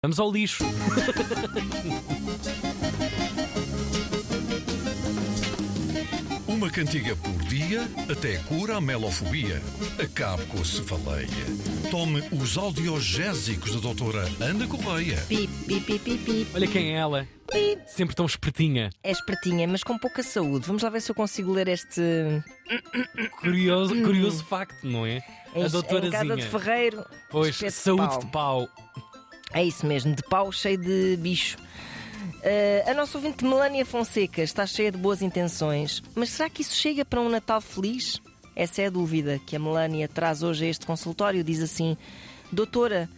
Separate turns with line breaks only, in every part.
Vamos ao lixo.
Uma cantiga por dia até cura a melofobia. Acabe com a cefaleia. Tome os audiogésicos da doutora Ana Correia.
Pi, pi, pi, pi, pi.
Olha quem é ela. Sempre tão espertinha.
É espertinha, mas com pouca saúde. Vamos lá ver se eu consigo ler este.
Curioso,
Hum.
curioso facto, não é? A
em- Em casa um de
doutorazinha.
ferreiro.
Pois,
espeto de
saúde
pau.
de pau.
É isso mesmo, de pau cheio de bicho. Ah, a nossa ouvinte Melania Fonseca está cheia de boas intenções, mas será que isso chega para um Natal feliz? Essa é a dúvida que a Melania traz hoje a este consultório. Diz assim: Doutora,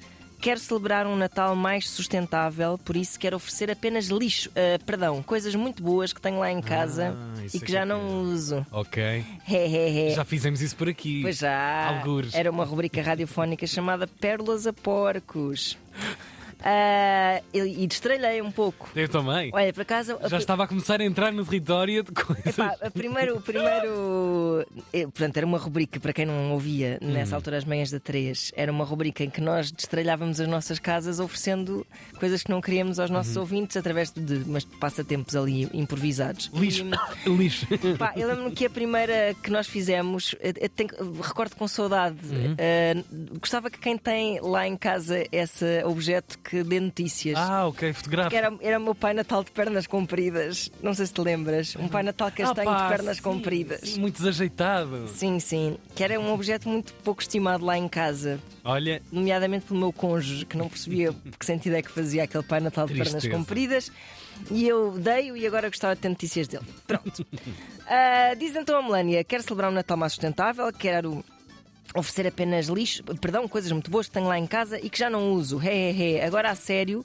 quero celebrar um Natal mais sustentável, por isso quero oferecer apenas lixo, ah, perdão, coisas muito boas que tenho lá em casa
Ah, isso
e
é
que
que
já
eu
não
quero.
uso.
Ok.
He, he, he.
Já fizemos isso por aqui.
É. Pois já.
Algures.
Era uma rubrica radiofónica chamada Pérolas a Porcos. Ah, e, e destralhei um pouco.
Eu também.
Olha, por acaso. a
Já
pri-
estava a começar a entrar no território de coisas.
Epá, a primeiro, o primeiro. eh, Portanto, era uma rubrica, para quem não ouvia,
Hum.
nessa altura, às manhãs da 3, era uma rubrica em que nós destralhávamos as nossas casas oferecendo coisas que não queríamos aos nossos
Uhum.
ouvintes através de umas passatempos ali improvisados.
Lixo.
E-
Lixo.
Pá, eu lembro-me que a primeira que nós fizemos, eu- eu tenho que- recordo com saudade.
Uhum.
uh, gostava que quem tem lá em casa esse objeto que dê notícias.
Ah, ok.
Que
Fotográfico.
Era, era o meu pai Natal de pernas compridas. Não sei se te lembras. Um pai Natal castanho
Ah, pá,
de pernas
sim,
compridas.
sim, muito desajeitado.
Sim, sim. Que era um objeto muito pouco estimado lá em casa.
Olha,
Nomeadamente pelo meu cônjuge, que não percebia que sentido é que fazia aquele pai Natal de pernas
Tristeza.
compridas. E eu dei-o e agora gostava de ter notícias dele. Pronto. Ah, diz então a Melania: quer celebrar um Natal mais sustentável, quer o- oferecer apenas lixo, perdão, coisas muito boas que tenho lá em casa e que já não uso. He, he, he. Agora a sério.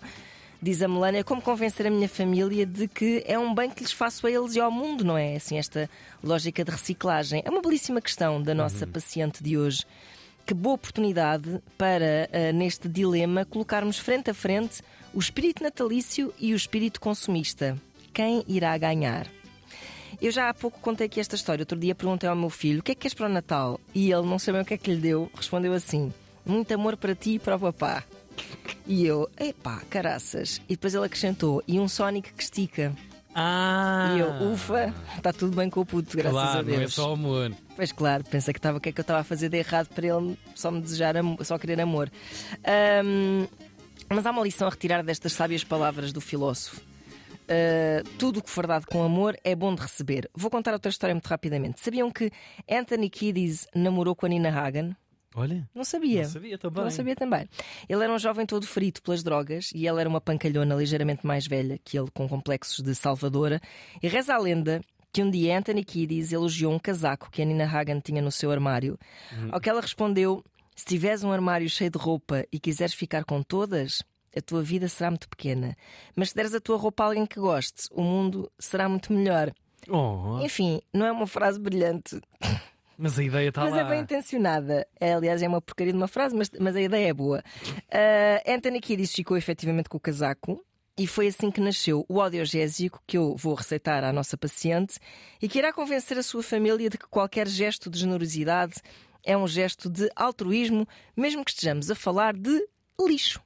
Diz a Melania, como convencer a minha família de que é um bem que lhes faço a eles e ao mundo, não é? Assim, esta lógica de reciclagem. É uma belíssima questão da nossa paciente de hoje. Que boa oportunidade para, ah, neste dilema, colocarmos frente a frente o espírito natalício e o espírito consumista. Quem irá ganhar? Eu já há pouco contei aqui esta história. Outro dia perguntei ao meu filho o que é que queres para o Natal? E ele, não sabia o que é que lhe deu, respondeu assim: Muito amor para ti e para o papá. E eu, epá, caraças. E depois ele acrescentou: E um Sonic que estica.
Ah!
E eu, ufa, está tudo bem com o puto, graças
claro,
a Deus.
não é só amor.
Pois claro, pensa que estava o que é que eu estava a fazer de errado para ele só me desejar amo- só querer amor. Ahm, mas há uma lição a retirar destas sábias palavras do filósofo. Ah, tudo o que for dado com amor é bom de receber. Vou contar outra história muito rapidamente. Sabiam que Anthony Kiedis namorou com a Nina Hagen?
Olha,
Não sabia.
Não sabia também.
É. Não sabia também. Ele era um jovem todo ferido pelas drogas e ela era uma pancalhona ligeiramente mais velha que ele, com complexos de salvadora. E reza a lenda que um dia Anthony Kiedis elogiou um casaco que a Nina Hagen tinha no seu armário. Ao que ela respondeu: Se tiveres um armário cheio de roupa e quiseres ficar com todas. A tua vida será muito pequena, mas se deres a tua roupa a alguém que goste, o mundo será muito melhor.
oh,
Enfim, não é uma frase brilhante,
mas a ideia está
mas
Tá lá.
é bem intencionada. É, aliás, é uma porcaria de uma frase, mas, mas a ideia é boa. Ah, Anthony Kiedis ficou efetivamente com o casaco. E foi assim que nasceu o audiogésico que eu vou receitar à nossa paciente e que irá convencer a sua família de que qualquer gesto de generosidade é um gesto de altruísmo, mesmo que estejamos a falar de lixo.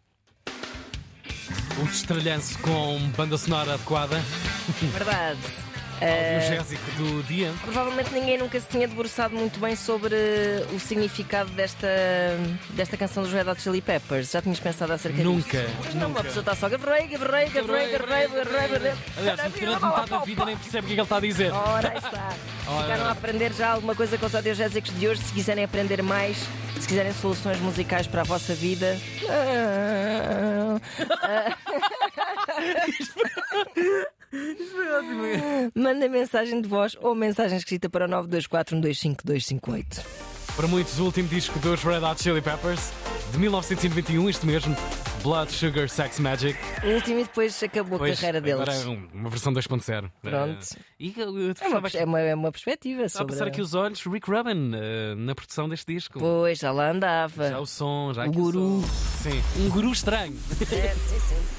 Um destralhanço com banda sonora adequada.
Verdade. É.
Audiogésico do dia.
Provavelmente ninguém nunca se tinha debruçado muito bem sobre eh, o significado desta, desta canção dos Red Hot Chili Peppers. Já tinhas pensado acerca disso?
Nunca.
Mas não, uma pessoa está só gabrei, gabrei, gabrei, gabrei, gabrei, gabrei.
Aliás, durante metade da vida nem percebe o que é que ele está a dizer.
Ora, aí está.
Ora.
Ficaram a aprender já alguma coisa com os audiogésicos de hoje. Se quiserem aprender mais, se quiserem soluções musicais para a vossa vida.
Ah.
Manda mensagem de voz ou mensagem escrita para o 924 125 258.
Para muitos, o último disco dos Red Hot Chili Peppers, de 1991, isto um, mesmo, Blood Sugar Sex Magic.
O último e depois acabou a
Pois,
carreira
agora
deles.
é um- uma versão 2.0.
Pronto.
Eh, E eu, eu
É
estava
uma, é uma, é uma perspectiva
a
sobre.
passar aqui os olhos, Rick Rubin, eh, na produção deste disco.
Pois, já lá
Já
andava.
o som, já
O
aqui o
guru.
som. Sim, um guru estranho.
É, sim, sim.